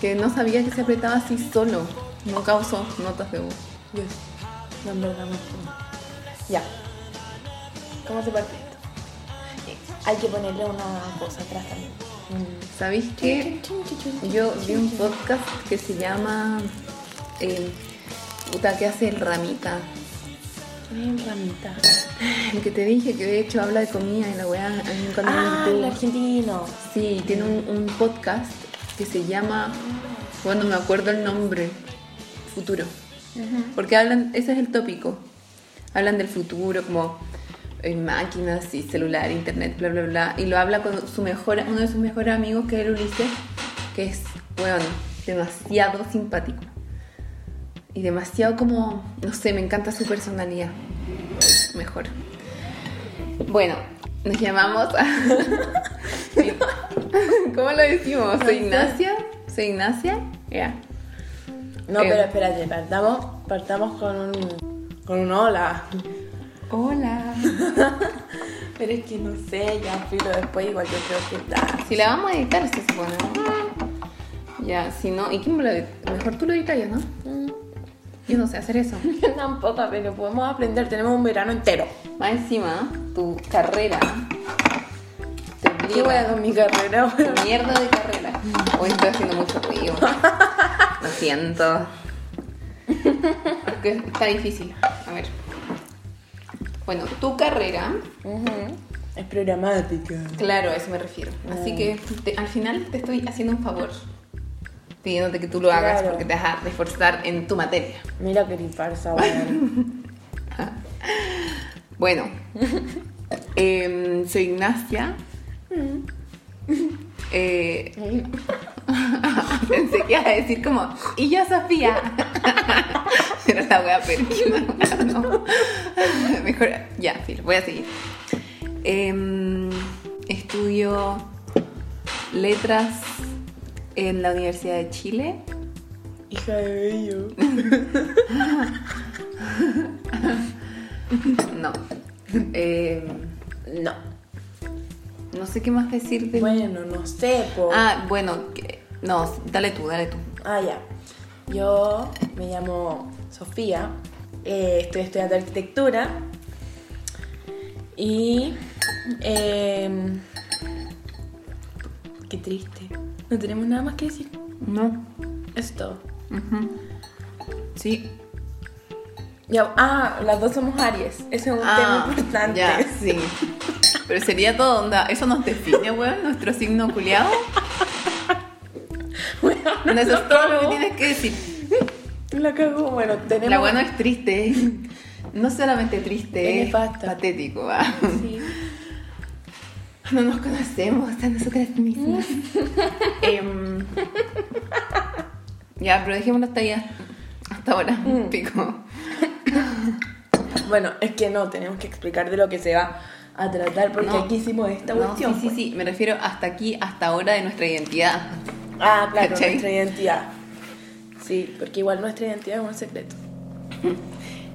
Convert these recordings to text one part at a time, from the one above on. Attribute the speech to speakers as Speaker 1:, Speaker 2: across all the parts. Speaker 1: que no sabía que se apretaba así solo. No causó notas de voz.
Speaker 2: Dios, no, en verdad, no. Ya. ¿Cómo se parte esto? Hay que ponerle una cosa atrás también. Mm.
Speaker 1: ¿Sabéis qué? Yo vi un podcast que se llama. eh, puta, que hace el ramita.
Speaker 2: Ay, ramita.
Speaker 1: El que te dije que de hecho habla de comida y la weá en un canal de
Speaker 2: Ah,
Speaker 1: YouTube.
Speaker 2: el argentino.
Speaker 1: Sí, tiene un, un podcast que se llama, bueno, me acuerdo el nombre, Futuro. Porque hablan, ese es el tópico. Hablan del futuro como en máquinas y celular, internet, bla, bla, bla. Y lo habla con su mejor, uno de sus mejores amigos, que es el Ulises, que es, bueno, demasiado simpático. Y demasiado como, no sé, me encanta su personalidad. Mejor. Bueno, nos llamamos... ¿Cómo lo decimos? ¿Soy Ignacia? ¿Soy Ignacia? Ya.
Speaker 2: No,
Speaker 1: Eh.
Speaker 2: pero espérate, partamos, partamos con un, con un hola.
Speaker 1: Hola.
Speaker 2: Pero es que no sé, ya filo después igual yo creo que está.
Speaker 1: Si la vamos a editar, se supone. ¿no? Ya, si no. ¿Y quién me lo edita? Mejor tú lo editas yo, ¿no? Yo no sé hacer eso.
Speaker 2: Mm. Tampoco, pero podemos aprender, tenemos un verano entero.
Speaker 1: Más encima, tu carrera. Te
Speaker 2: ¿Qué voy a Mm.
Speaker 1: obliga.
Speaker 2: con mi carrera? weón?
Speaker 1: Tu Mierda de carrera. Hoy estoy haciendo mucho ruido. Lo siento. Es que está difícil. A ver. Bueno, tu carrera.
Speaker 2: Es programática.
Speaker 1: Claro, a eso me refiero. Así
Speaker 2: Mm.
Speaker 1: que te- al final te estoy haciendo un favor pidiéndote que tú lo hagas
Speaker 2: Claro.
Speaker 1: porque te vas a esforzar en tu materia.
Speaker 2: Mira que farsa, weón.
Speaker 1: Bueno, em, soy Ignacia. Eh, pensé que iba a decir como, y yo Sofía. Pero la voy a perder. No. Mejor, ya, filo, voy a seguir. Em, estudio letras en la Universidad de Chile.
Speaker 2: Hija de bello.
Speaker 1: No. Em,
Speaker 2: No.
Speaker 1: no sé qué más decir de
Speaker 2: Bueno, no sé, po.
Speaker 1: Ah, bueno, que- no, dale tú, dale tú.
Speaker 2: Ah, ya. Yo me llamo Sofía, eh, estoy estudiando arquitectura y... em, qué triste. No tenemos nada más que decir.
Speaker 1: No.
Speaker 2: Eso es todo.
Speaker 1: Sí.
Speaker 2: Ya, ah, las dos somos Aries. Ese es un tema importante.
Speaker 1: Ah, Ya, sí. Pero sería todo onda. Eso nos define, weón, nuestro signo culiado.
Speaker 2: Bueno,
Speaker 1: Bueno, eso es
Speaker 2: no,
Speaker 1: todo lo que
Speaker 2: no.
Speaker 1: tienes que decir.
Speaker 2: La cago. Bueno, tenemos...
Speaker 1: La buena es triste. No solamente triste,
Speaker 2: Es
Speaker 1: es
Speaker 2: nefasta.
Speaker 1: patético, va.
Speaker 2: Sí.
Speaker 1: No nos conocemos a nosotras mismas. Em, ya, pero dejémoslo hasta allá. Hasta ahora,
Speaker 2: Mm.
Speaker 1: pico.
Speaker 2: Bueno, es que no, tenemos que explicar de lo que se va a tratar porque
Speaker 1: No.
Speaker 2: aquí hicimos esta
Speaker 1: No,
Speaker 2: cuestión.
Speaker 1: sí, sí,
Speaker 2: pues.
Speaker 1: sí. Me refiero hasta aquí, hasta ahora de nuestra identidad.
Speaker 2: Ah, claro,
Speaker 1: ¿Cachai?
Speaker 2: nuestra identidad. Sí, porque igual nuestra identidad es un secreto.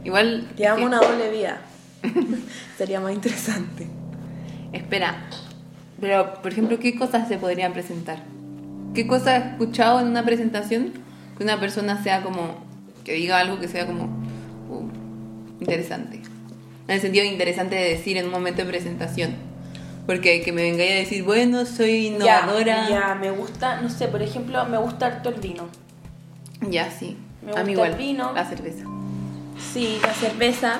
Speaker 1: Igual.
Speaker 2: Llevamos
Speaker 1: sí.
Speaker 2: una doble vida. Sería más interesante.
Speaker 1: Espera. Pero, por ejemplo, ¿qué cosas se podrían presentar? ¿Qué cosa he escuchado en una presentación que una persona sea como. que diga algo que sea como. uh, interesante? En el sentido interesante de decir en un momento de presentación. Porque que me vengáis a decir, bueno, soy innovadora.
Speaker 2: Ya,
Speaker 1: Ya,
Speaker 2: ya, me gusta, no sé, por ejemplo, me gusta harto el vino.
Speaker 1: sí.
Speaker 2: Me
Speaker 1: a
Speaker 2: gusta el
Speaker 1: mí igual.
Speaker 2: vino.
Speaker 1: La cerveza.
Speaker 2: Sí, la cerveza.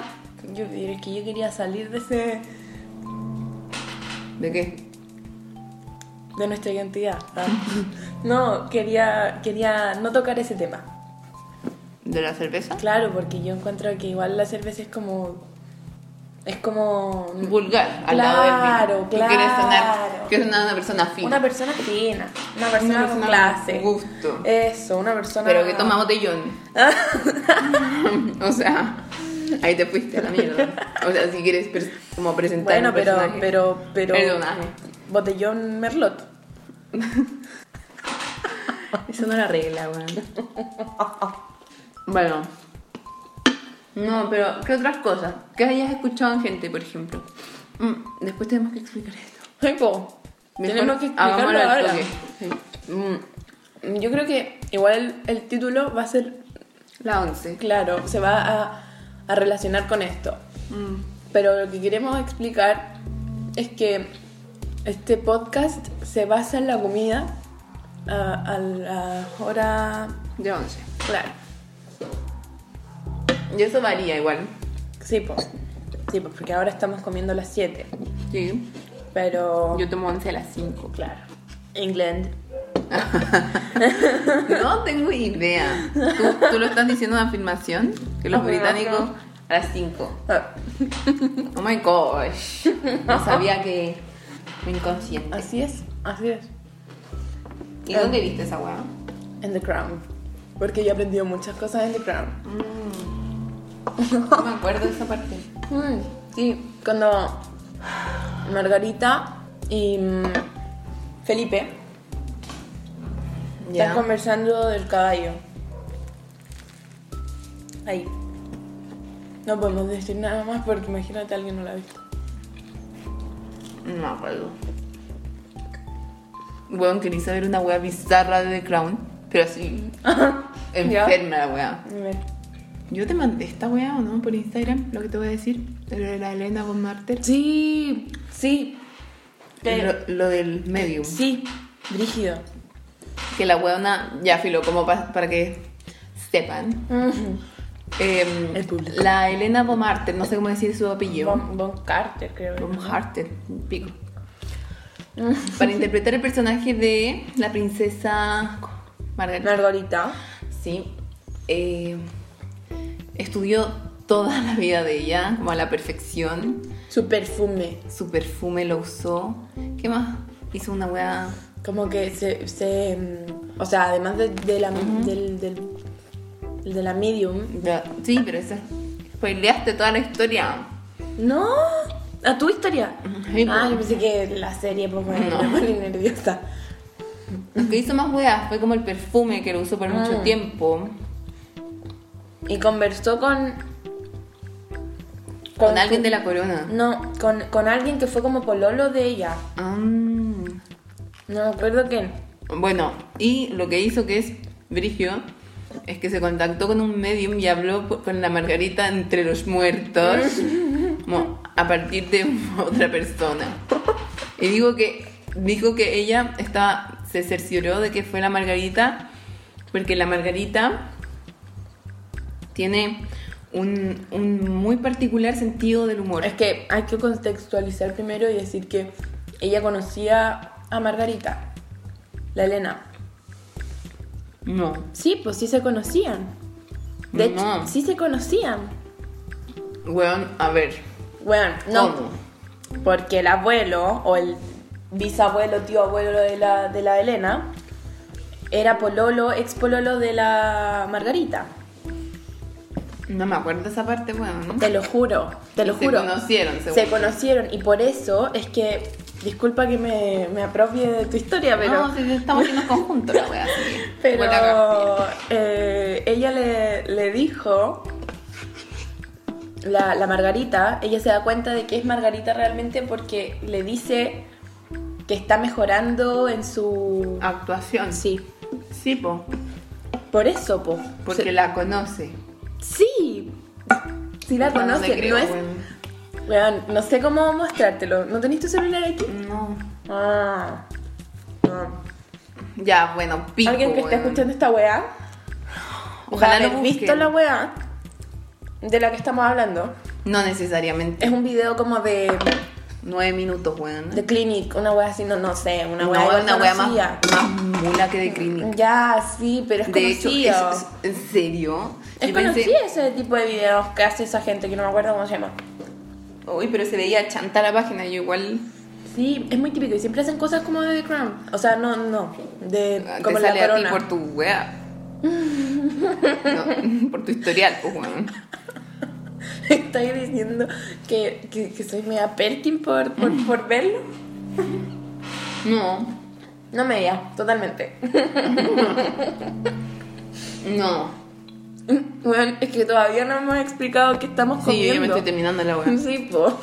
Speaker 2: Yo, es que yo quería salir de ese.
Speaker 1: ¿De qué?
Speaker 2: de nuestra identidad. ah. No, quería, quería no tocar ese tema.
Speaker 1: ¿De la cerveza?
Speaker 2: Claro, porque yo encuentro que igual la cerveza es como. es como.
Speaker 1: vulgar al lado del
Speaker 2: Claro,
Speaker 1: vino. Que quiere sonar,
Speaker 2: claro.
Speaker 1: quiere sonar una persona fina.
Speaker 2: Una persona fina, una persona,
Speaker 1: Una persona
Speaker 2: con
Speaker 1: con
Speaker 2: clase.
Speaker 1: gusto.
Speaker 2: Eso, una persona.
Speaker 1: pero que toma botellón.
Speaker 2: Ah.
Speaker 1: o sea, ahí te fuiste a la mierda. O sea, si quieres pres- como presentar
Speaker 2: Bueno,
Speaker 1: un
Speaker 2: pero,
Speaker 1: personaje.
Speaker 2: pero, pero.
Speaker 1: Personaje.
Speaker 2: Botellón Merlot.
Speaker 1: Eso no lo arregla, weón. bueno. No, pero ¿qué otras cosas? ¿Qué hayas escuchado en gente, por ejemplo? Mm, después tenemos que explicar esto.
Speaker 2: Ay, po,
Speaker 1: Mejor
Speaker 2: Tenemos que explicarlo
Speaker 1: hagámoslo al
Speaker 2: ahora.
Speaker 1: toque. Sí. Mm,
Speaker 2: Yo creo que igual el, el título va a ser,
Speaker 1: La 11.
Speaker 2: claro, se va a, a relacionar con esto. Mm. Pero lo que queremos explicar es que este podcast se basa en la comida a, a la hora...
Speaker 1: De 11.
Speaker 2: Claro,
Speaker 1: Y eso varía igual.
Speaker 2: sí, pues. Sí, pues porque ahora estamos comiendo a las 7.
Speaker 1: Sí.
Speaker 2: Pero...
Speaker 1: Yo tomo 11 a las 5.
Speaker 2: Claro. England.
Speaker 1: No tengo idea. ¿Tú, tú lo estás diciendo en afirmación? Que los
Speaker 2: Oh my
Speaker 1: británicos
Speaker 2: God.
Speaker 1: a las 5.
Speaker 2: ah,
Speaker 1: Oh my gosh. No sabía que. Mi inconsciente.
Speaker 2: Así es, así es.
Speaker 1: ¿Y dónde viste esa weá?
Speaker 2: En The Crown. Porque yo he aprendido muchas cosas en The Crown.
Speaker 1: No me acuerdo de esa parte.
Speaker 2: sí, cuando Margarita y mm, Felipe
Speaker 1: Ya.
Speaker 2: están conversando del caballo. Ahí. No podemos decir nada más porque imagínate alguien no la ha visto.
Speaker 1: No me acuerdo. Weón, quería saber una weá bizarra de The Crown. Pero así. enferma la weá.
Speaker 2: A ver.
Speaker 1: Yo te mandé esta weá o no por Instagram, lo que te voy a decir. Lo de la Elena con Marter.
Speaker 2: Sí, sí. Te-
Speaker 1: Lo, lo del medium.
Speaker 2: Sí, brígido.
Speaker 1: Que la weona, ya filo, como pa- para que sepan. Em,
Speaker 2: El público.
Speaker 1: la Elena Bomarte, no sé cómo decir su apellido.
Speaker 2: Von, Von Carter, creo.
Speaker 1: Bomarte, pico. Para interpretar el personaje de la princesa Margarita.
Speaker 2: Margarita.
Speaker 1: Sí. eh, estudió toda la vida de ella, como a la perfección.
Speaker 2: Su perfume.
Speaker 1: Su perfume lo usó. ¿Qué más? Hizo una weá.
Speaker 2: Como que se. se, mm, o sea, además de, de la, del, del- de la medium.
Speaker 1: ya- Sí, pero esa. Spoileaste toda la historia.
Speaker 2: ¡No! ¿A tu historia?
Speaker 1: Sí,
Speaker 2: ah,
Speaker 1: pues.
Speaker 2: yo pensé que la serie, pues bueno,
Speaker 1: No.
Speaker 2: me pone nerviosa.
Speaker 1: Lo que hizo más weas fue como el perfume que lo usó por mucho
Speaker 2: Mm.
Speaker 1: tiempo.
Speaker 2: Y conversó con.
Speaker 1: Con alguien de la corona.
Speaker 2: No, con, con alguien que fue como pololo de ella.
Speaker 1: Ah.
Speaker 2: No me acuerdo quién.
Speaker 1: Bueno, y lo que hizo que es Brigio es que se contactó con un medium y habló po- con la Margarita entre los muertos como a partir de otra persona. Y digo que dijo que ella estaba se cercioró de que fue la Margarita porque la Margarita tiene un, un muy particular sentido del humor.
Speaker 2: Es que hay que contextualizar primero y decir que ella conocía a Margarita, la Elena.
Speaker 1: No,
Speaker 2: Sí, pues sí se conocían. De hecho,
Speaker 1: No.
Speaker 2: sí se conocían.
Speaker 1: weón, a ver.
Speaker 2: Bueno, no.
Speaker 1: ¿Cómo?
Speaker 2: Porque el abuelo o el bisabuelo, tío abuelo de la, de la Elena era pololo, ex pololo de la Margarita.
Speaker 1: No me acuerdo esa parte, weón.
Speaker 2: Te lo juro, te lo
Speaker 1: Y se
Speaker 2: juro.
Speaker 1: conocieron, según
Speaker 2: Se
Speaker 1: yo.
Speaker 2: conocieron y por eso es que, disculpa que me, me apropie de tu historia, pero...
Speaker 1: No, sí, estamos haciendo conjunto la wea. así que- Buena
Speaker 2: Pero
Speaker 1: García.
Speaker 2: eh, ella le, le dijo, la, la Margarita, ella se da cuenta de que es Margarita realmente porque le dice que está mejorando en su...
Speaker 1: Ah. Actuación.
Speaker 2: Sí.
Speaker 1: Sí, po.
Speaker 2: Por eso, po.
Speaker 1: Porque
Speaker 2: Se-
Speaker 1: la conoce.
Speaker 2: Sí. Sí la
Speaker 1: Cuando
Speaker 2: conoce,
Speaker 1: se creó,
Speaker 2: no es...
Speaker 1: weón.
Speaker 2: Weón, no sé cómo mostrártelo. ¿No tenés tu celular aquí?
Speaker 1: No.
Speaker 2: Ah. Ah.
Speaker 1: Ya, bueno, pico.
Speaker 2: Alguien que esté
Speaker 1: weón.
Speaker 2: escuchando esta weá.
Speaker 1: Ojalá
Speaker 2: va a
Speaker 1: lo
Speaker 2: haber
Speaker 1: busquen.
Speaker 2: visto la weá de la que estamos hablando.
Speaker 1: No necesariamente.
Speaker 2: Es un video como de,
Speaker 1: Nueve minutos, weón.
Speaker 2: de Clinic, una wea así, no, no sé, una
Speaker 1: No,
Speaker 2: wea
Speaker 1: es
Speaker 2: igual
Speaker 1: una wea más,
Speaker 2: conocida.
Speaker 1: más mula que de clínica.
Speaker 2: Ya, sí, pero es
Speaker 1: De hecho,
Speaker 2: conocido.
Speaker 1: es- es- ¿en serio?
Speaker 2: es
Speaker 1: Yo
Speaker 2: conocido
Speaker 1: pensé-
Speaker 2: ese tipo de videos que hace esa gente que no me acuerdo cómo se llama.
Speaker 1: Uy, pero se veía chanta la página. Yo igual
Speaker 2: Sí, es muy típico y siempre hacen cosas como de The Crown. O sea, no, no, de
Speaker 1: ah,
Speaker 2: como
Speaker 1: te
Speaker 2: la
Speaker 1: sale a ti
Speaker 2: corona.
Speaker 1: por tu wea. No, por tu historial, pues, weón.
Speaker 2: Estoy diciendo que, que, que soy media Perkin por,
Speaker 1: Mm.
Speaker 2: por, por verlo.
Speaker 1: No,
Speaker 2: No media, totalmente.
Speaker 1: no.
Speaker 2: Bueno, es que todavía no hemos explicado qué estamos
Speaker 1: Sí, yo ya me
Speaker 2: comiendo.
Speaker 1: estoy terminando la wea.
Speaker 2: Sí, po.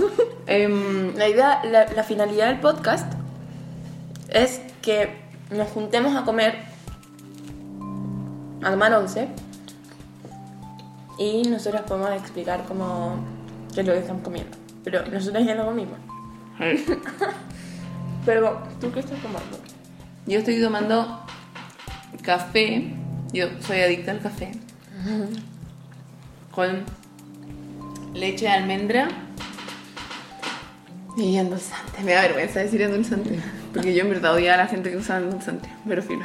Speaker 1: Em,
Speaker 2: La idea, la, la finalidad del podcast es que nos juntemos a comer Alman 11. Y nosotras podemos explicar cómo qué es lo que estamos comiendo. Pero nosotras ya no comimos. Pero, ¿tú qué estás tomando?
Speaker 1: Yo estoy tomando café. Yo soy adicta al café. Con leche de almendra y endulzante. Me da vergüenza decir endulzante. Porque yo en verdad odiaba a la gente que usaba endulzante. Pero filo.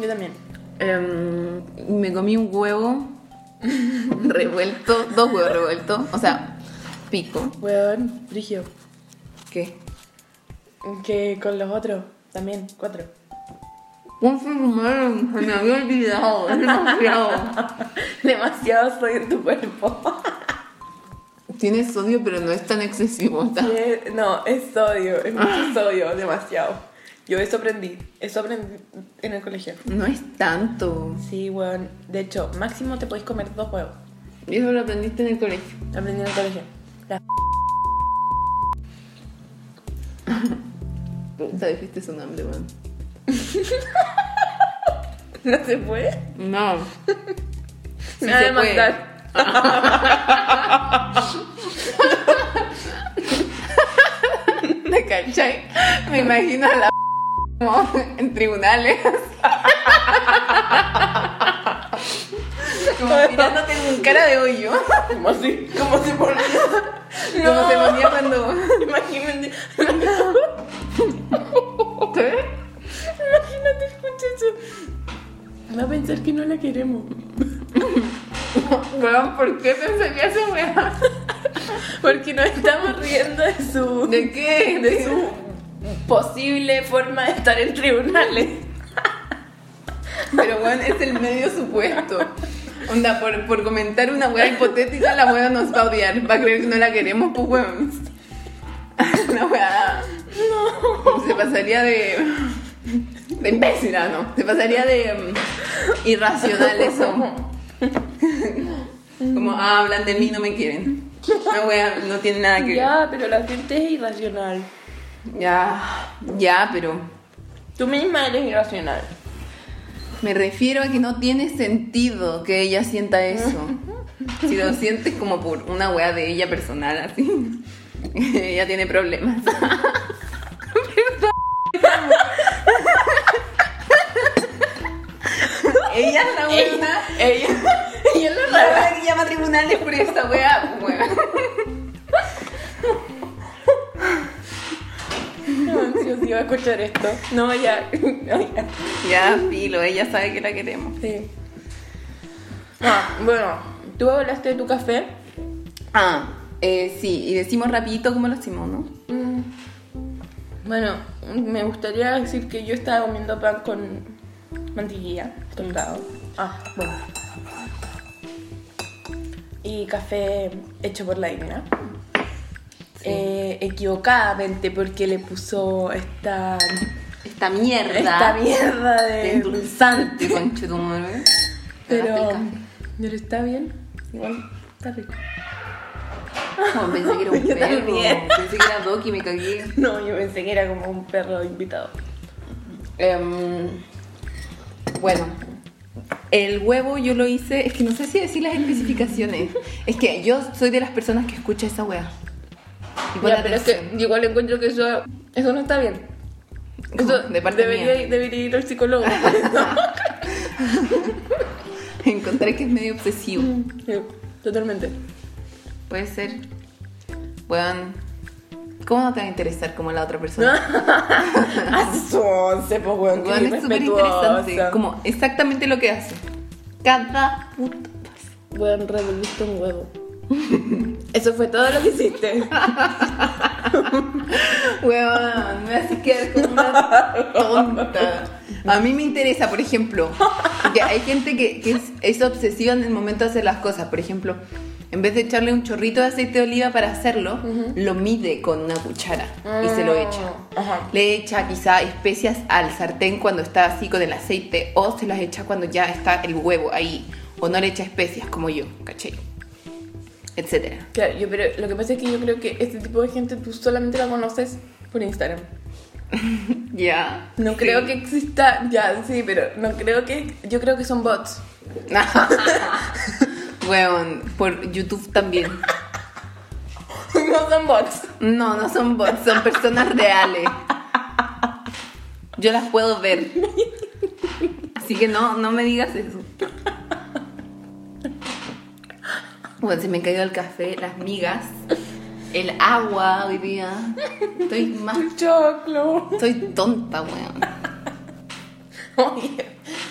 Speaker 2: Yo también.
Speaker 1: Em, me comí un huevo revuelto. Dos huevos revueltos. O sea, pico.
Speaker 2: Weón, Brigio.
Speaker 1: ¿Qué?
Speaker 2: Que con los otros, también, cuatro.
Speaker 1: Un fumar, se me había olvidado, es demasiado.
Speaker 2: Demasiado soy en tu cuerpo.
Speaker 1: Tiene sodio, pero no es tan excesivo. está-
Speaker 2: Sí, es- no, es sodio, es mucho sodio, demasiado. Yo eso aprendí, eso aprendí en el colegio.
Speaker 1: No es tanto.
Speaker 2: Sí, weón. De hecho, máximo te podéis comer dos huevos.
Speaker 1: Y eso lo aprendiste en el colegio.
Speaker 2: Aprendí en el colegio. La
Speaker 1: Puta, dijiste su nombre, weón.
Speaker 2: ¿No se puede? Ah,
Speaker 1: No. Sí
Speaker 2: Me va a
Speaker 1: se
Speaker 2: demandar.
Speaker 1: ¿Me cachai? Me imagino a la como en tribunales. Como mirándote con cara de hoyo.
Speaker 2: ¿Cómo así? ¿Cómo se pone?
Speaker 1: Como se ponía cuando.
Speaker 2: Imagínate,
Speaker 1: ¿Qué?
Speaker 2: imagínate, escucha eso. Va a pensar que no la queremos.
Speaker 1: Weón, ¿por qué pensaría esa weá?
Speaker 2: Porque nos estamos riendo de su.
Speaker 1: ¿De qué?
Speaker 2: de su posible forma de estar en tribunales.
Speaker 1: Pero weón, es el medio supuesto. Onda, por, por comentar una weá hipotética, la weá nos va a odiar. Va a creer que no la queremos, pues weón. Una weá. No. Se pasaría de. De imbécil, ah, no. Se pasaría de. mm, irracional eso. Como, ah, hablan de mí, no me quieren. Una weá no tiene nada que ver. Ya,
Speaker 2: Ya, pero la gente es irracional.
Speaker 1: ya, pero.
Speaker 2: Tú misma eres irracional.
Speaker 1: Me refiero a que no tiene sentido que ella sienta eso. Si lo sientes como por una wea de ella personal, así. ella tiene problemas. ella es la buena.
Speaker 2: Ella, ella es la
Speaker 1: La
Speaker 2: rara.
Speaker 1: wea que llama a tribunales por esa wea. wea.
Speaker 2: No, sí o sí va a escuchar esto. No, ya. No, ya.
Speaker 1: Ya, filo, ella sabe que la queremos.
Speaker 2: Sí. Ah, bueno, tú hablaste de tu café.
Speaker 1: Ah, eh, sí, y decimos rapidito cómo lo hicimos, ¿no?
Speaker 2: Mm, Bueno, me gustaría decir que yo estaba comiendo pan con mantequilla, tostado. Ah, bueno. Y café hecho por la Dina. Eh, equivocadamente porque le puso esta,
Speaker 1: Esta mierda.
Speaker 2: esta mierda
Speaker 1: de
Speaker 2: de...
Speaker 1: endulzante, conchetumare.
Speaker 2: Pero, pero está bien. Igual está rico.
Speaker 1: No, pensé que era un
Speaker 2: Yo
Speaker 1: perro.
Speaker 2: también.
Speaker 1: Pensé que era Doc y me cagué.
Speaker 2: No, yo pensé que era como un perro invitado.
Speaker 1: Em, bueno, el huevo yo lo hice. Es que no sé si decir las especificaciones. Es que yo soy de las personas que escucha esa wea. Y pone
Speaker 2: Ya, pero es que
Speaker 1: atención.
Speaker 2: igual encuentro que eso, eso no está bien.
Speaker 1: Como,
Speaker 2: Eso
Speaker 1: de parte
Speaker 2: debería,
Speaker 1: mía.
Speaker 2: debería ir al psicólogo.
Speaker 1: Encontré que es medio obsesivo.
Speaker 2: Sí, Eh, Totalmente.
Speaker 1: Puede ser. Weón. ¿Cómo no te va a interesar como la otra persona?
Speaker 2: Ah, Asonce, pues, weón.
Speaker 1: Weón, es súper interesante. Como exactamente lo que hace. Cada puto paso.
Speaker 2: Weón, revolviste un huevo. Eso fue todo lo que hiciste.
Speaker 1: Weón, me hace quedar como una tonta. A mí me interesa, por ejemplo, que hay gente que, que es, es obsesiva en el momento de hacer las cosas. Por ejemplo, en vez de echarle un chorrito de aceite de oliva para hacerlo, lo mide con una cuchara y se lo
Speaker 2: Ah.
Speaker 1: echa.
Speaker 2: Ajá.
Speaker 1: Le echa quizá especias al sartén cuando está así con el aceite o se las echa cuando ya está el huevo ahí. O no le echa especias como yo, ¿cachai? Etcétera.
Speaker 2: Claro, yo, pero lo que pasa es que yo creo que este tipo de gente tú solamente la conoces por Instagram.
Speaker 1: Ya.
Speaker 2: No creo que exista, ya, sí, pero no creo que, yo creo que son bots.
Speaker 1: Weón, por YouTube también.
Speaker 2: no son bots.
Speaker 1: No, no son bots, son personas reales. Yo las puedo ver. Así que no, no me digas eso. Bueno, se me cayó el café, las migas, el agua hoy día. Estoy más.
Speaker 2: Choclo.
Speaker 1: Estoy tonta, weón.
Speaker 2: Oye,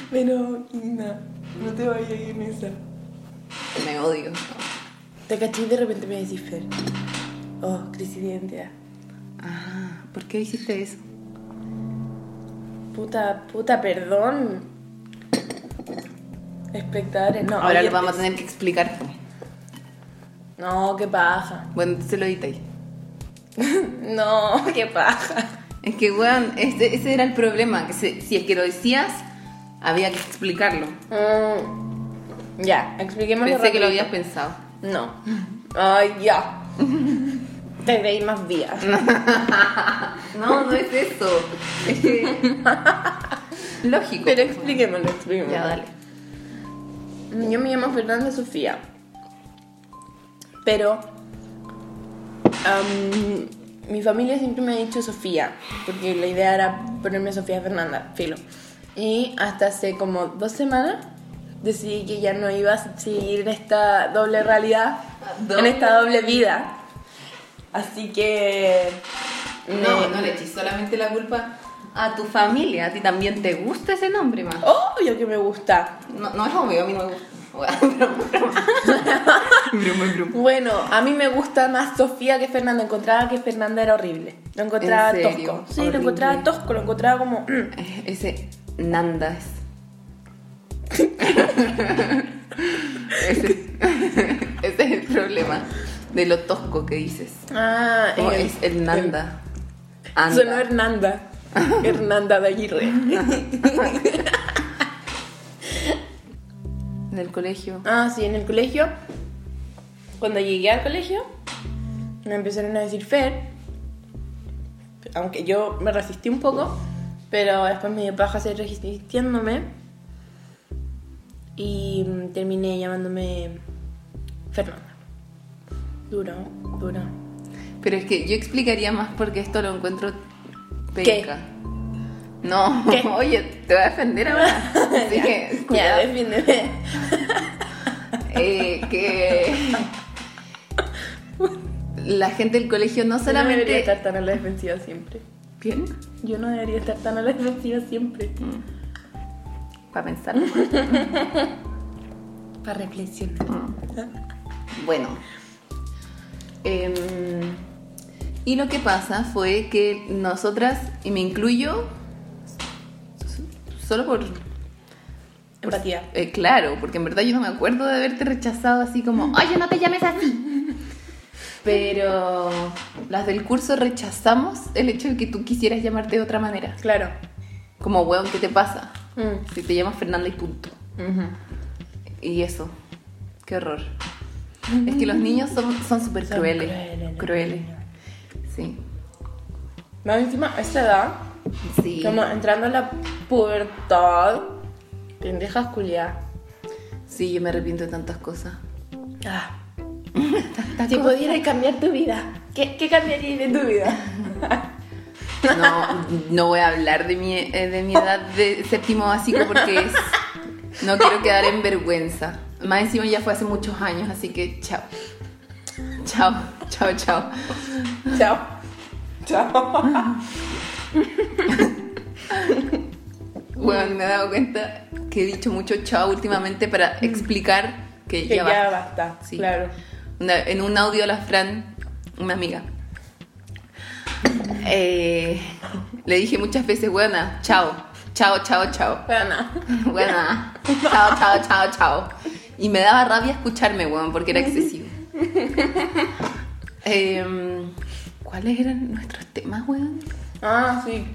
Speaker 2: pero, Ina, no te vayas en esa.
Speaker 1: Me odio.
Speaker 2: Te caché y de repente me decís, Fer. Oh, crisis de identidad.
Speaker 1: Ah, ¿por qué hiciste eso?
Speaker 2: Puta, puta, perdón. Espectadores, no.
Speaker 1: Ahora lo
Speaker 2: oyentes.
Speaker 1: vamos a tener que explicar.
Speaker 2: No, qué paja.
Speaker 1: Bueno, se lo editáis.
Speaker 2: No, qué paja.
Speaker 1: Es que, weón, ese, ese era el problema. Que se- si es que lo decías, había que explicarlo.
Speaker 2: Mm, Ya, expliquémoslo
Speaker 1: Pensé que lo
Speaker 2: rapidito.
Speaker 1: habías pensado.
Speaker 2: No. Ay, ya. Te veis más vías.
Speaker 1: No, no es eso. Es que- Lógico.
Speaker 2: Pero expliquémoslo, expliquémoslo.
Speaker 1: Ya, dale.
Speaker 2: Yo me llamo Fernanda Sofía. Pero am, mi familia siempre me ha dicho Sofía, porque la idea era ponerme Sofía Fernanda, filo. Y hasta hace como dos semanas decidí que ya no iba a seguir en esta doble realidad, en
Speaker 1: Doble.
Speaker 2: esta doble vida. Así que...
Speaker 1: No,
Speaker 2: me-
Speaker 1: no le eches solamente la culpa a tu familia. A ti también te gusta ese nombre, más.
Speaker 2: Obvio que me gusta.
Speaker 1: No, no es obvio, a mí no me gusta. Weón, broma, broma. broma, broma.
Speaker 2: Bueno, a mí me gusta más Sofía que Fernanda. Encontraba que Fernanda era horrible. Lo encontraba
Speaker 1: ¿En serio?
Speaker 2: tosco. Sí,
Speaker 1: Horrible.
Speaker 2: lo encontraba tosco, lo encontraba como. mm.
Speaker 1: Eh, Ese Nandas. ese, ese es el problema de lo tosco que dices.
Speaker 2: Ah,
Speaker 1: Como
Speaker 2: eh,
Speaker 1: es el Nanda. Anda.
Speaker 2: Sonó Hernanda. Hernanda de Aguirre.
Speaker 1: En el colegio.
Speaker 2: ah, sí, en el colegio. Cuando llegué al colegio, me empezaron a decir Fer. Aunque yo me resistí un poco, pero después me dio paja seguir resistiéndome. Y mm, terminé llamándome Fernanda. Duro, duro.
Speaker 1: Pero es que yo explicaría más porque esto lo encuentro
Speaker 2: ¿Qué?
Speaker 1: penca. No,
Speaker 2: ¿Qué?
Speaker 1: oye, te voy a defender ahora. Así que,
Speaker 2: Ya,
Speaker 1: cuidado.
Speaker 2: defiéndeme.
Speaker 1: Eh, que la gente del colegio no
Speaker 2: Yo no debería
Speaker 1: solamente.
Speaker 2: estar tan a la defensiva siempre.
Speaker 1: ¿Bien?
Speaker 2: Yo no debería estar tan a la defensiva siempre.
Speaker 1: Para pensar.
Speaker 2: Para reflexionar.
Speaker 1: Mm. Bueno. Em, y lo que pasa fue que nosotras, y me incluyo, solo por...
Speaker 2: Empatía.
Speaker 1: eh, claro, porque en verdad yo no me acuerdo de haberte rechazado así como,
Speaker 2: Mm.
Speaker 1: oye, no te llames así. Pero las del curso rechazamos el hecho de que tú quisieras llamarte de otra manera.
Speaker 2: Claro.
Speaker 1: Como, weón, ¿qué te pasa?
Speaker 2: Mm.
Speaker 1: Si te llamas Fernanda y punto. Y eso. Qué horror. Es que los niños son son súper
Speaker 2: Son
Speaker 1: crueles.
Speaker 2: crueles,
Speaker 1: Crueles.
Speaker 2: los niños.
Speaker 1: Sí.
Speaker 2: Más encima, a esa edad,
Speaker 1: Sí.
Speaker 2: como entrando a la pubertad, pendejas culiadas.
Speaker 1: Sí, yo me arrepiento de tantas cosas.
Speaker 2: Ah.
Speaker 1: Tantas
Speaker 2: Si
Speaker 1: cosas.
Speaker 2: pudieras cambiar tu vida, ¿qué, qué cambiarías de tu vida?
Speaker 1: No, no voy a hablar de mi, eh, de mi edad de séptimo básico porque es- no quiero quedar en vergüenza. Más encima ya fue hace muchos años, así que chao. Chao, chao, chao.
Speaker 2: Chao. Chao.
Speaker 1: Bueno, me he dado cuenta que he dicho mucho chao últimamente para explicar que,
Speaker 2: Que
Speaker 1: ya
Speaker 2: ya
Speaker 1: basta.
Speaker 2: basta,
Speaker 1: Sí.
Speaker 2: claro.
Speaker 1: Una- en un audio la Fran, una amiga, eh, le dije muchas veces, buena, chao, chao, chao, chao.
Speaker 2: Bueno.
Speaker 1: Buena, chao, chao, chao, chao. Y me daba rabia escucharme, weón, porque era excesivo. Em, ¿Cuáles eran nuestros temas, weón?
Speaker 2: Ah, sí.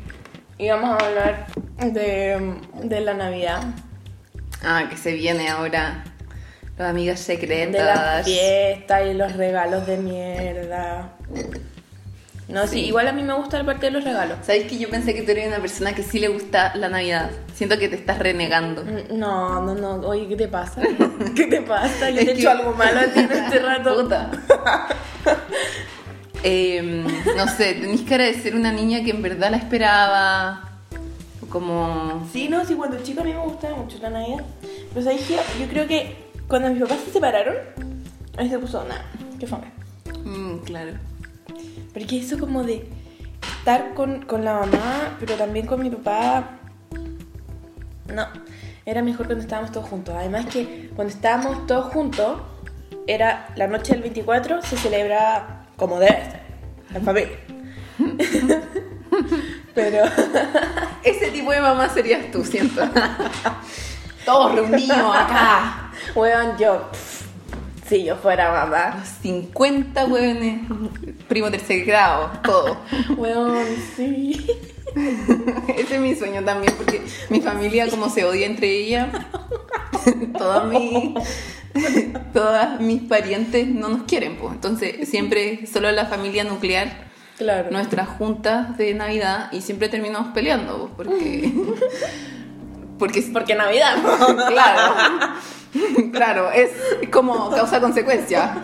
Speaker 2: Íbamos a hablar de, de la Navidad.
Speaker 1: Ah, que se viene ahora. Las amigas secretas.
Speaker 2: De la fiesta y los regalos de mierda. No, sí.
Speaker 1: Sí.
Speaker 2: igual a mí me gusta la parte de los regalos.
Speaker 1: ¿Sabes que yo pensé que tú eres una persona que sí le gusta la Navidad? Siento que te estás renegando.
Speaker 2: Mm, No, no, no. Oye, ¿qué te pasa? ¿Qué te pasa? Yo
Speaker 1: Es
Speaker 2: te he
Speaker 1: que-
Speaker 2: hecho algo malo a ti en este rato.
Speaker 1: Puta. Em, no sé, tenés cara de ser una niña que en verdad la esperaba. O Como.
Speaker 2: Sí, no, sí, cuando chico a mí me gustaba mucho la Navidad. Pero sabes que yo creo que cuando mis papás se separaron, ahí se puso nada. Qué fome.
Speaker 1: mm, claro.
Speaker 2: Porque eso como de estar con, con la mamá, pero también con mi papá. No, era mejor cuando estábamos todos juntos. Además que cuando estábamos todos juntos, era la noche del 24, se celebraba como debe ser, en familia. pero
Speaker 1: Ese tipo de mamá serías tú, siento. Todos reunidos acá.
Speaker 2: Weón, yo. pff, si yo fuera mamá.
Speaker 1: Los 50 hueones. Primo tercer grado, todo.
Speaker 2: Weón, sí.
Speaker 1: Ese es mi sueño también, porque mi familia como se odia entre ella, todas mis, todas mis parientes no nos quieren, pues. Entonces siempre solo la familia nuclear,
Speaker 2: Claro.
Speaker 1: nuestras juntas de Navidad y siempre terminamos peleando, pues, porque, porque
Speaker 2: Porque Navidad.
Speaker 1: claro, claro, es como causa consecuencia.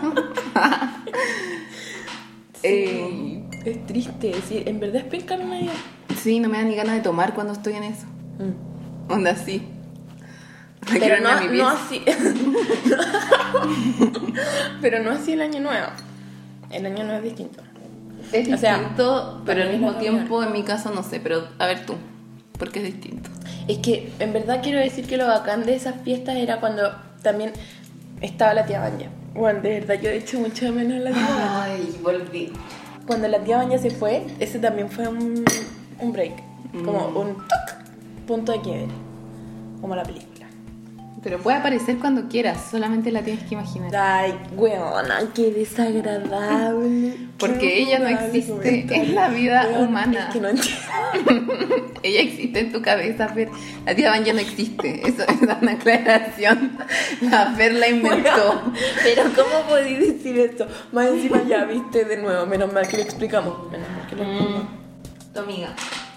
Speaker 1: Eh,
Speaker 2: es triste. Sí, en verdad es penca la Navidad.
Speaker 1: sí, no me da ni ganas de tomar cuando estoy en eso.
Speaker 2: Mm.
Speaker 1: Onda así.
Speaker 2: Pero
Speaker 1: Quiero irme
Speaker 2: no,
Speaker 1: a mi
Speaker 2: no
Speaker 1: pieza.
Speaker 2: así. Pero no así el año nuevo. El año nuevo es distinto.
Speaker 1: Es
Speaker 2: o sea,
Speaker 1: distinto, pero al
Speaker 2: también
Speaker 1: mismo
Speaker 2: es la
Speaker 1: tiempo, en mi caso, no sé. Pero a ver tú, porque es distinto.
Speaker 2: Es que en verdad quiero decir que lo bacán de esas fiestas era cuando también estaba la tía Banja. Bueno, de verdad, yo echo mucho de menos a la tía
Speaker 1: Ah.
Speaker 2: Banja.
Speaker 1: Ay, volví.
Speaker 2: Cuando la tía Baña se fue, ese también fue un, un break. Como
Speaker 1: Mm.
Speaker 2: un tuc, punto de quiebre. Como la película.
Speaker 1: Pero puede aparecer cuando quieras, solamente la tienes que imaginar.
Speaker 2: Ay, weona, qué desagradable.
Speaker 1: Porque
Speaker 2: Qué
Speaker 1: ella no
Speaker 2: desagradable
Speaker 1: existe,
Speaker 2: momento.
Speaker 1: es la vida
Speaker 2: Weona,
Speaker 1: humana.
Speaker 2: es que no entiendo.
Speaker 1: Ella existe en tu cabeza, Fer. La tía Van ya no existe. Eso es una aclaración. La Fer la inventó.
Speaker 2: Pero ¿cómo podí decir esto? Más encima ya viste de nuevo, menos mal que lo explicamos. Menos mal que lo explicamos.
Speaker 1: Tu amiga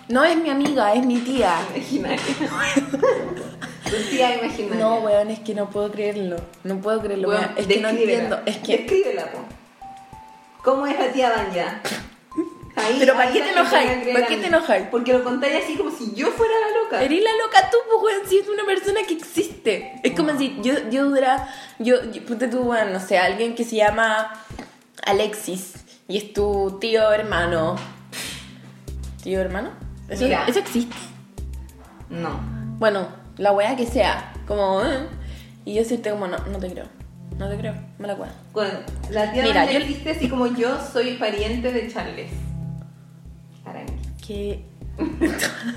Speaker 2: No es mi amiga, es mi tía.
Speaker 1: imaginaria. tu tía imaginaria.
Speaker 2: No, weón, es que no puedo creerlo. No puedo creerlo.
Speaker 1: Weón,
Speaker 2: weón. Es que no
Speaker 1: descríbela.
Speaker 2: entiendo. Es que...
Speaker 1: Descríbela, po. ¿Cómo es la tía Banja? Ahí,
Speaker 2: Pero ¿para
Speaker 1: ahí
Speaker 2: qué
Speaker 1: la
Speaker 2: te
Speaker 1: que
Speaker 2: enojáis?
Speaker 1: van a creer
Speaker 2: ¿Para
Speaker 1: a
Speaker 2: qué
Speaker 1: mí.
Speaker 2: te enojáis?
Speaker 1: Porque lo contáis así como si yo fuera la loca.
Speaker 2: Eres la loca tú, pues, weón, si es una persona que existe. Es como si yo, yo durara, yo, yo ponte tú, weón, no sé, alguien que se llama Alexis y es tu tío hermano. ¿Tío hermano? ¿Eso,
Speaker 1: Mira.
Speaker 2: eso existe?
Speaker 1: No.
Speaker 2: Bueno, la weá que sea, como, ¿eh? y yo decirte como, no, no te creo, no te creo, me la cuadra.
Speaker 1: Bueno, la tía
Speaker 2: Mira,
Speaker 1: Banja
Speaker 2: yo-
Speaker 1: existe así como yo soy pariente de Charles. Arangui.
Speaker 2: Que...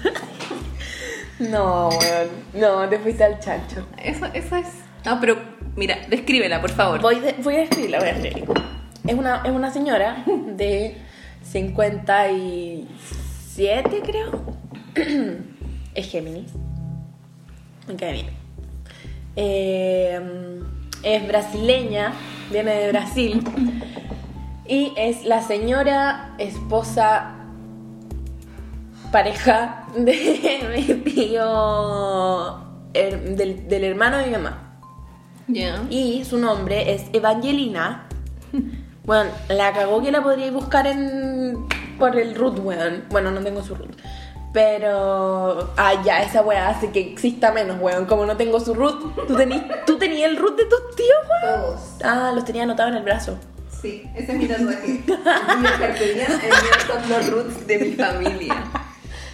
Speaker 2: no, weón, no, te fuiste al chancho.
Speaker 1: Eso, eso es. No, pero mira, descríbela, por favor.
Speaker 2: Voy, de- voy a escribirla, voy a escribirla. Es una, es una señora de 57, creo. Es Géminis. Me cae bien. Eh, es brasileña, viene de Brasil. Y es la señora, esposa, pareja de mi tío, her- del, del hermano de mi mamá.
Speaker 1: Ya.
Speaker 2: Y su nombre es Evangelina. Bueno, la cagó que la podríais buscar en por el root, weón. Bueno, no tengo su root. Pero. Ah, ya, esa weá hace que exista menos, weón. Como no tengo su root, ¿tú, tení, ¿tú tenías el root de tus tíos, weón?
Speaker 1: Todos.
Speaker 2: Ah, los tenía anotado en el brazo.
Speaker 1: Sí, ese es mi tatuaje. mi cartulina, el mío son los roots de mi familia.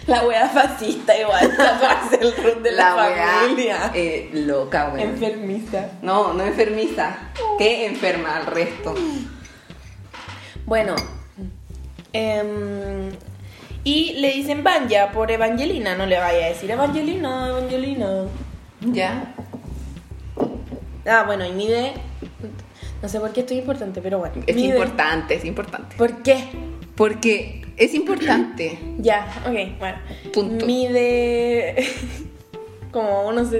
Speaker 2: La weá fascista, igual. Taparse el root de la,
Speaker 1: weá,
Speaker 2: familia.
Speaker 1: eh, loca, weón.
Speaker 2: Enfermiza.
Speaker 1: no, no enfermiza. Que enferma al resto.
Speaker 2: Bueno. em, y le dicen Banja por Evangelina, no le vaya a decir Evangelina, Evangelina.
Speaker 1: ¿Ya?
Speaker 2: Ah, bueno, y mide. No sé por qué esto es importante, pero bueno.
Speaker 1: Es
Speaker 2: mide-
Speaker 1: importante, es importante.
Speaker 2: ¿Por qué?
Speaker 1: Porque es importante.
Speaker 2: Ya, ok, bueno.
Speaker 1: Punto.
Speaker 2: Mide. como unos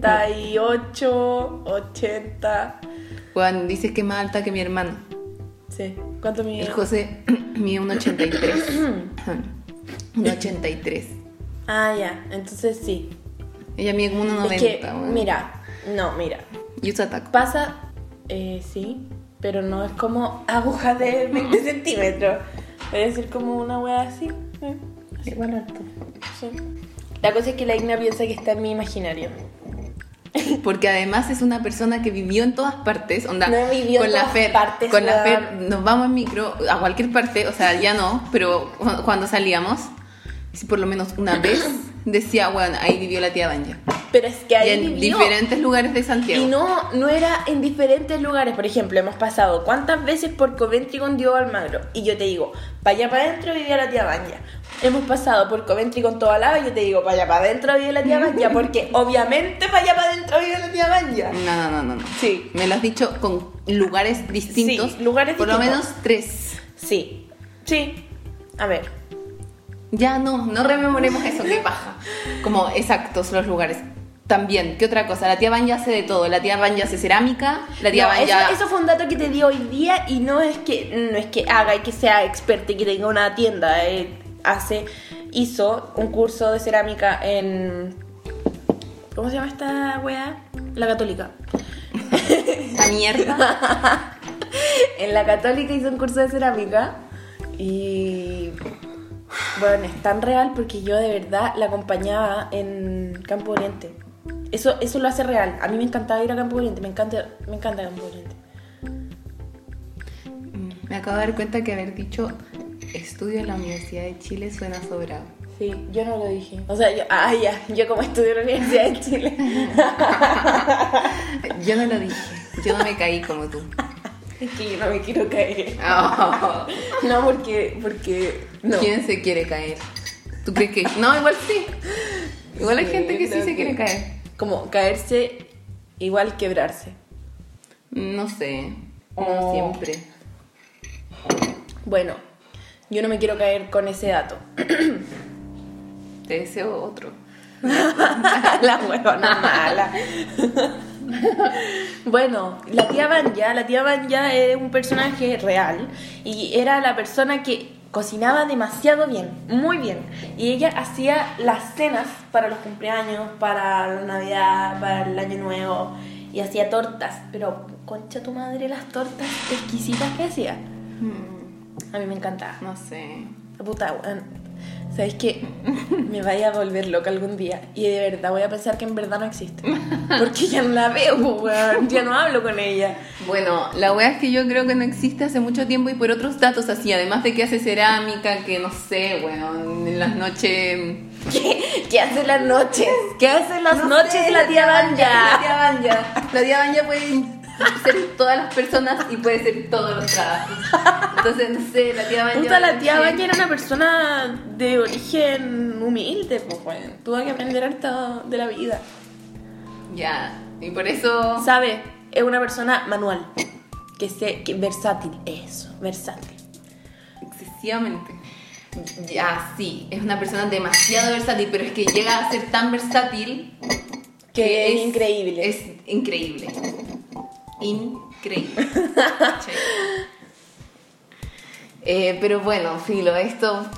Speaker 2: 78, 80.
Speaker 1: Juan, dices que es más alta que mi hermano.
Speaker 2: Sí, ¿cuánto mide?
Speaker 1: El José Mide un 83. un 83.
Speaker 2: Ah, ya. Entonces sí.
Speaker 1: Ella mide como un 90.
Speaker 2: es que,
Speaker 1: weón.
Speaker 2: mira, no, mira.
Speaker 1: Y usa taco.
Speaker 2: Pasa, eh, sí, pero no es como aguja de 20 centímetros. Es decir, como una hueá así. eh, así.
Speaker 1: Igual alto.
Speaker 2: Sí. La cosa es que la Igna piensa que está en mi imaginario.
Speaker 1: Porque además es una persona que vivió en todas partes, onda,
Speaker 2: No vivió
Speaker 1: con
Speaker 2: en
Speaker 1: la
Speaker 2: todas
Speaker 1: Fer,
Speaker 2: partes,
Speaker 1: con la
Speaker 2: weón.
Speaker 1: Fer, nos vamos en micro a cualquier parte, o sea, ya no, pero cu- cuando salíamos, si por lo menos una vez decía, bueno, ahí vivió la tía Banja.
Speaker 2: Pero es que
Speaker 1: Y
Speaker 2: ahí
Speaker 1: en
Speaker 2: vivió.
Speaker 1: diferentes lugares de
Speaker 2: Y
Speaker 1: Santiago.
Speaker 2: no, no era en diferentes lugares. Por ejemplo, hemos pasado cuántas veces por Coventry con Diego Almagro. Y yo te digo, para allá para adentro vivía la tía Banja. Hemos pasado por Coventry con toda lava y yo te digo, para allá para adentro vive la tía Banja. Porque obviamente para allá para adentro vive la tía Banja.
Speaker 1: No, no, no, no, no.
Speaker 2: Sí.
Speaker 1: Me lo has dicho con lugares distintos.
Speaker 2: Sí, lugares
Speaker 1: Por lo
Speaker 2: distintos.
Speaker 1: menos tres.
Speaker 2: Sí, sí. A ver.
Speaker 1: Ya no, no rememoremos eso, qué paja. Como exactos los lugares. También, ¿qué otra cosa? La tía Banja hace de todo. La tía Banja hace cerámica, la tía
Speaker 2: No,
Speaker 1: Banja...
Speaker 2: eso, eso fue un dato que te di hoy día y no es que no es que haga y que sea experta y que tenga una tienda. eh, hace, hizo un curso de cerámica en. ¿Cómo se llama esta wea? La Católica.
Speaker 1: La mierda.
Speaker 2: En la Católica hizo un curso de cerámica y. Bueno, es tan real porque yo de verdad la acompañaba en Campo Oriente. Eso, eso lo hace real. A mí me encantaba ir a Campo Oriente, me encanta, me encanta Campo Oriente.
Speaker 1: Mm, Me acabo de dar cuenta que haber dicho estudio en la Universidad de Chile suena sobrado.
Speaker 2: Sí, yo no lo dije. O sea, yo, ah, ya, yo como estudio en la Universidad de Chile.
Speaker 1: Yo no lo dije. Yo no me caí como tú.
Speaker 2: Es que yo no me quiero caer.
Speaker 1: Oh,
Speaker 2: No, porque, porque, no.
Speaker 1: ¿Quién se quiere caer? ¿Tú crees que.? No, igual sí. Igual hay gente que sí se quiere caer.
Speaker 2: Como caerse igual quebrarse.
Speaker 1: No sé. No
Speaker 2: Oh.
Speaker 1: siempre.
Speaker 2: Bueno, yo no me quiero caer con ese dato.
Speaker 1: Te deseo otro.
Speaker 2: la huevona mala. bueno, la tía Vanya, la tía Vanya era un personaje real y era la persona que cocinaba demasiado bien, muy bien. Y ella hacía las cenas para los cumpleaños, para la Navidad, para el Año Nuevo y hacía tortas, pero concha tu madre las tortas exquisitas que hacía.
Speaker 1: Mm,
Speaker 2: A mí me encantaba.
Speaker 1: No sé.
Speaker 2: Puta, weón. ¿Sabes qué? Me vaya a volver loca algún día. Y de verdad voy a pensar que en verdad no existe. Porque ya no la veo, po, weón. Ya no hablo con ella.
Speaker 1: Bueno, la wea es que yo creo que no existe hace mucho tiempo y por otros datos así, además de que hace cerámica, que no sé, weón, en las noches.
Speaker 2: ¿Qué, qué hace las noches? ¿Qué hace las
Speaker 1: No
Speaker 2: noches
Speaker 1: sé,
Speaker 2: la tía
Speaker 1: La
Speaker 2: Banja?
Speaker 1: tía Banja. La tía Banja puede ser todas las personas y puede ser todos los trabajos. Entonces, no sé, la tía Banja.
Speaker 2: Puta, la tía
Speaker 1: sí.
Speaker 2: Banja era una persona de origen humilde, pues, weón. Tuvo que aprender harto de la vida.
Speaker 1: Ya, y por eso.
Speaker 2: ¿Sabe? Es una persona manual. Que se... Que, versátil. Eso, versátil.
Speaker 1: Excesivamente. Ya, sí, es una persona demasiado versátil, pero es que llega a ser tan versátil
Speaker 2: Que es, increíble.
Speaker 1: Es increíble. Increíble. Sí. Eh, pero bueno, Filo, esto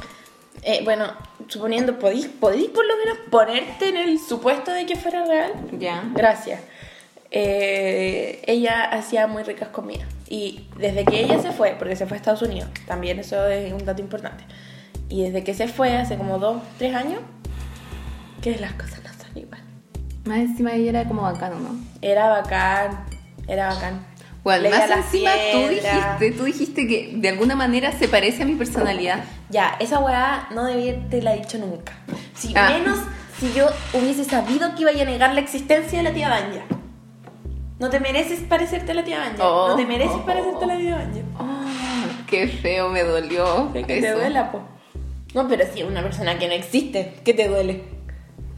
Speaker 2: Eh, bueno, suponiendo, ¿podéis, podéis por lo menos ponerte en el supuesto de que fuera real?
Speaker 1: ya.
Speaker 2: Gracias. Eh, ella hacía muy ricas comidas. Y desde que ella se fue, porque se fue a Estados Unidos, también eso es un dato importante. Y desde que se fue, hace como dos, tres años, que las cosas no son igual.
Speaker 1: Más encima ella era como bacano, ¿no?
Speaker 2: Era bacán, era bacán.
Speaker 1: Bueno,
Speaker 2: Leía
Speaker 1: más
Speaker 2: las
Speaker 1: encima tú
Speaker 2: piedras.
Speaker 1: dijiste, tú dijiste que de alguna manera se parece a mi personalidad.
Speaker 2: Ya, esa weá no debía te la he dicho nunca. Si
Speaker 1: Ah.
Speaker 2: menos si yo hubiese sabido que iba a negar la existencia de la tía Banja. No te mereces parecerte a la tía Banja.
Speaker 1: Oh.
Speaker 2: no te mereces
Speaker 1: Oh.
Speaker 2: parecerte a la tía Banja.
Speaker 1: qué feo, me dolió.
Speaker 2: Que te
Speaker 1: Oh. eso.
Speaker 2: duela, po. No, pero si es una persona que no existe, ¿qué te duele?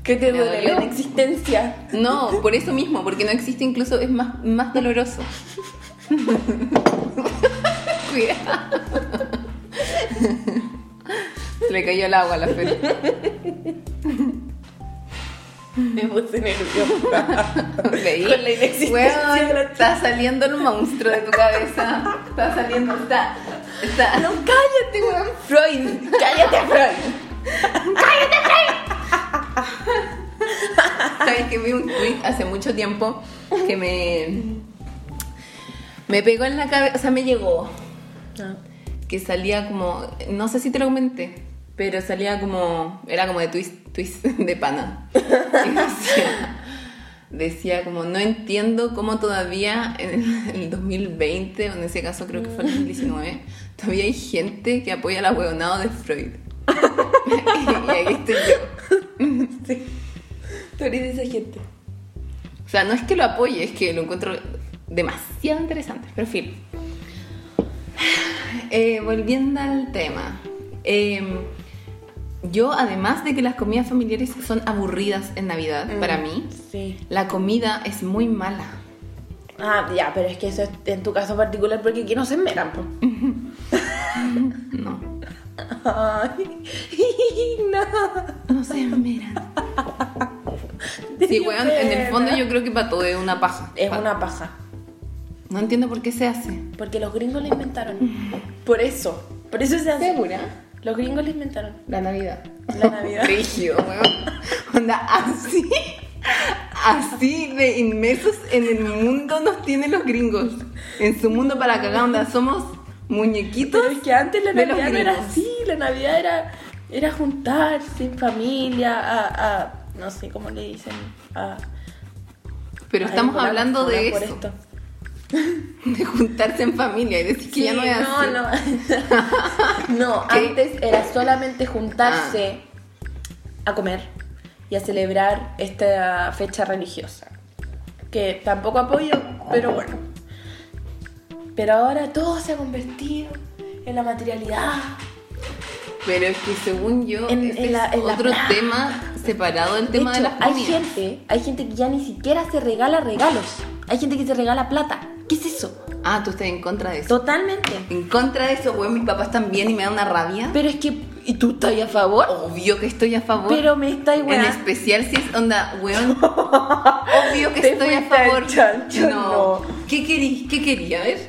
Speaker 2: ¿Qué te
Speaker 1: Me
Speaker 2: duele
Speaker 1: dolió.
Speaker 2: la existencia?
Speaker 1: No, por eso mismo, porque no existe incluso, es más, más doloroso. Cuidado. Se le cayó el agua a la fe.
Speaker 2: Me puse nerviosa.
Speaker 1: Veí.
Speaker 2: Con la inexistencia
Speaker 1: Weón,
Speaker 2: de la-
Speaker 1: está saliendo el monstruo de tu cabeza. Está saliendo, está. Está-
Speaker 2: No, cállate, weón. Freud. Cállate, Freud.
Speaker 1: Sabes que vi un tweet hace mucho tiempo que me. Me pegó en la cabeza, o sea, me llegó. Ah. Que salía como. No sé si te lo comenté, pero salía como. Era como de twist, twist de pana. Y decía, decía como, no entiendo cómo todavía en el 2020, o en ese caso creo que fue el 2019, todavía hay gente que apoya la huevonada de Freud. y aquí estoy yo.
Speaker 2: Tú eres de esa gente.
Speaker 1: O sea, no es que lo apoye, es que lo encuentro demasiado interesante. Pero en fin. Eh, volviendo al tema. Eh, yo, además de que las comidas familiares son aburridas en Navidad, para mí,
Speaker 2: Sí.
Speaker 1: la comida es muy mala.
Speaker 2: Ah, ya, pero es que eso es en tu caso particular porque aquí no se enmeran, po.
Speaker 1: No,
Speaker 2: Ay, no.
Speaker 1: no se mira. Sí, weón, en el fondo yo Ah. creo que para todo es una paja.
Speaker 2: Es
Speaker 1: Pa-
Speaker 2: una paja.
Speaker 1: No entiendo por qué se hace.
Speaker 2: Porque los gringos la inventaron. Por eso. Por eso se hace.
Speaker 1: ¿Segura?
Speaker 2: Los gringos la inventaron.
Speaker 1: La Navidad.
Speaker 2: La Navidad.
Speaker 1: Rígido, weón. Onda, así, así de inmensos en el mundo nos tienen los gringos. En su mundo para cagar, onda, somos muñequitos.
Speaker 2: Pero es que antes la
Speaker 1: de los
Speaker 2: Navidad no era
Speaker 1: gringos.
Speaker 2: así. La Navidad era, era juntarse en familia, a, a- No sé cómo le dicen. A,
Speaker 1: Pero
Speaker 2: a
Speaker 1: estamos
Speaker 2: regular
Speaker 1: hablando de
Speaker 2: por
Speaker 1: eso,
Speaker 2: esto.
Speaker 1: de juntarse en familia y decir que ya no
Speaker 2: Sí,
Speaker 1: es así.
Speaker 2: no, no. No,
Speaker 1: ¿Qué?
Speaker 2: antes era solamente juntarse
Speaker 1: Ah.
Speaker 2: a comer y a celebrar esta fecha religiosa. Que tampoco apoyo, pero bueno. Pero ahora todo se ha convertido en la materialidad.
Speaker 1: Pero es que según yo,
Speaker 2: En-
Speaker 1: ese
Speaker 2: en la-
Speaker 1: es
Speaker 2: en la
Speaker 1: otro
Speaker 2: plaza.
Speaker 1: tema separado del tema de,
Speaker 2: hecho,
Speaker 1: las
Speaker 2: hay
Speaker 1: comidas.
Speaker 2: gente, hay gente que ya ni siquiera se regala regalos. Hay gente que se regala plata. ¿Qué es eso?
Speaker 1: Ah, tú estás en contra de eso.
Speaker 2: Totalmente.
Speaker 1: En contra de eso, weón, mis papás también y me da una rabia.
Speaker 2: Pero es que. ¿Y tú estás a favor?
Speaker 1: Obvio que estoy a favor.
Speaker 2: Pero me está
Speaker 1: En este
Speaker 2: igual.
Speaker 1: especial si es onda, weón. Obvio que
Speaker 2: Te
Speaker 1: estoy a
Speaker 2: fuiste al
Speaker 1: favor.
Speaker 2: chancho,
Speaker 1: ¿Qué querí? ¿Qué quería? A ver.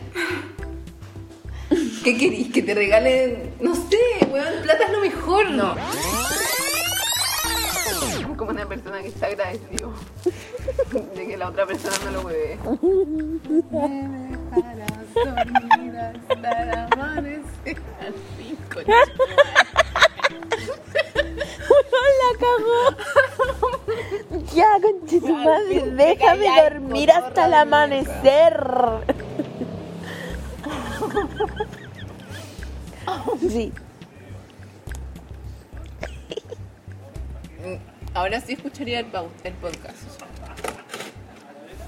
Speaker 1: ¿Qué querís? Que te regalen. No sé, weón, plata es lo mejor. No. Como una persona que está agradecido de que la otra persona no lo hueve.
Speaker 3: Ya, conchetumadre, déjame dormir hasta el amanecer. Sí,
Speaker 1: Ahora sí escucharía el, pau- el podcast.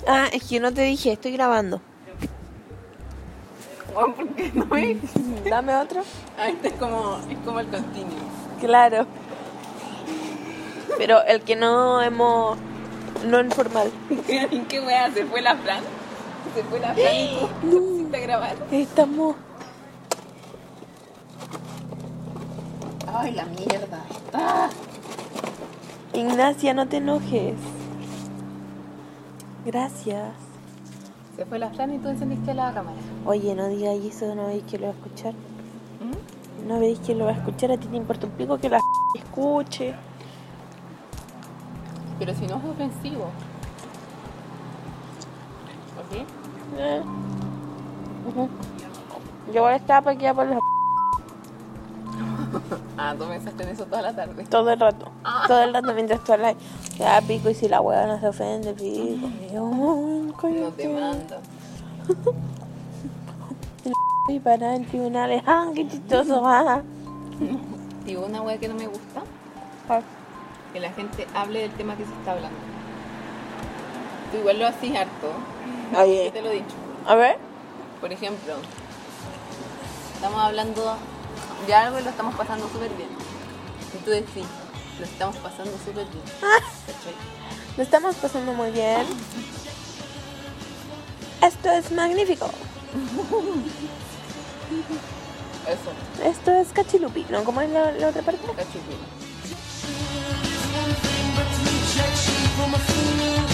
Speaker 3: ah, es que no te dije, estoy grabando.
Speaker 1: Weón, ¿por qué no me.?
Speaker 3: Dame otro.
Speaker 1: Ah, este es como, es como el continuo.
Speaker 3: Claro. Pero el que no hemos. no en formal.
Speaker 1: ¿Qué wea? ¿Se fue la Fran? ¿Se fue la Fran y tú pusiste a grabar?
Speaker 3: Estamos.
Speaker 1: Ay, la mierda. Ah.
Speaker 3: Ignacia, no te enojes. Gracias.
Speaker 1: Se fue la Fran y tú encendiste la cámara.
Speaker 3: Oye, no digáis eso, no veis que lo va a escuchar.
Speaker 1: ¿Mm?
Speaker 3: No veis que lo va a escuchar, a ti te importa un pico que la escuche.
Speaker 1: Pero si no es ofensivo. ¿Ok?
Speaker 3: Eh. Ujú. Yo voy a estar para por la
Speaker 1: Ah, tú pensaste en eso toda la tarde.
Speaker 3: todo el rato.
Speaker 1: Ah.
Speaker 3: Todo el rato mientras tú hablas. Ya pico y si la hueá no se ofende, pico. Y yo, "Ay,
Speaker 1: No te
Speaker 3: cállate".
Speaker 1: mando.
Speaker 3: Y para en tribunales. Ah, qué chistoso. ah.
Speaker 1: Digo una wea que no me gusta,
Speaker 3: Ah.
Speaker 1: que la gente hable del tema que se está hablando. Tú igual lo haces harto.
Speaker 3: Oye.
Speaker 1: Yo te lo he dicho.
Speaker 3: A ver.
Speaker 1: Por ejemplo, estamos hablando de algo y lo estamos pasando súper bien. Y tú decís, lo estamos pasando súper bien. ¿Cachai?
Speaker 3: Ah, Lo estamos pasando muy bien. Esto es magnífico.
Speaker 1: Eso,
Speaker 3: Esto es cachilupi. ¿No? ¿Cómo es la, la otra parte?
Speaker 1: cachipina.
Speaker 4: Nothing but rejection from a fool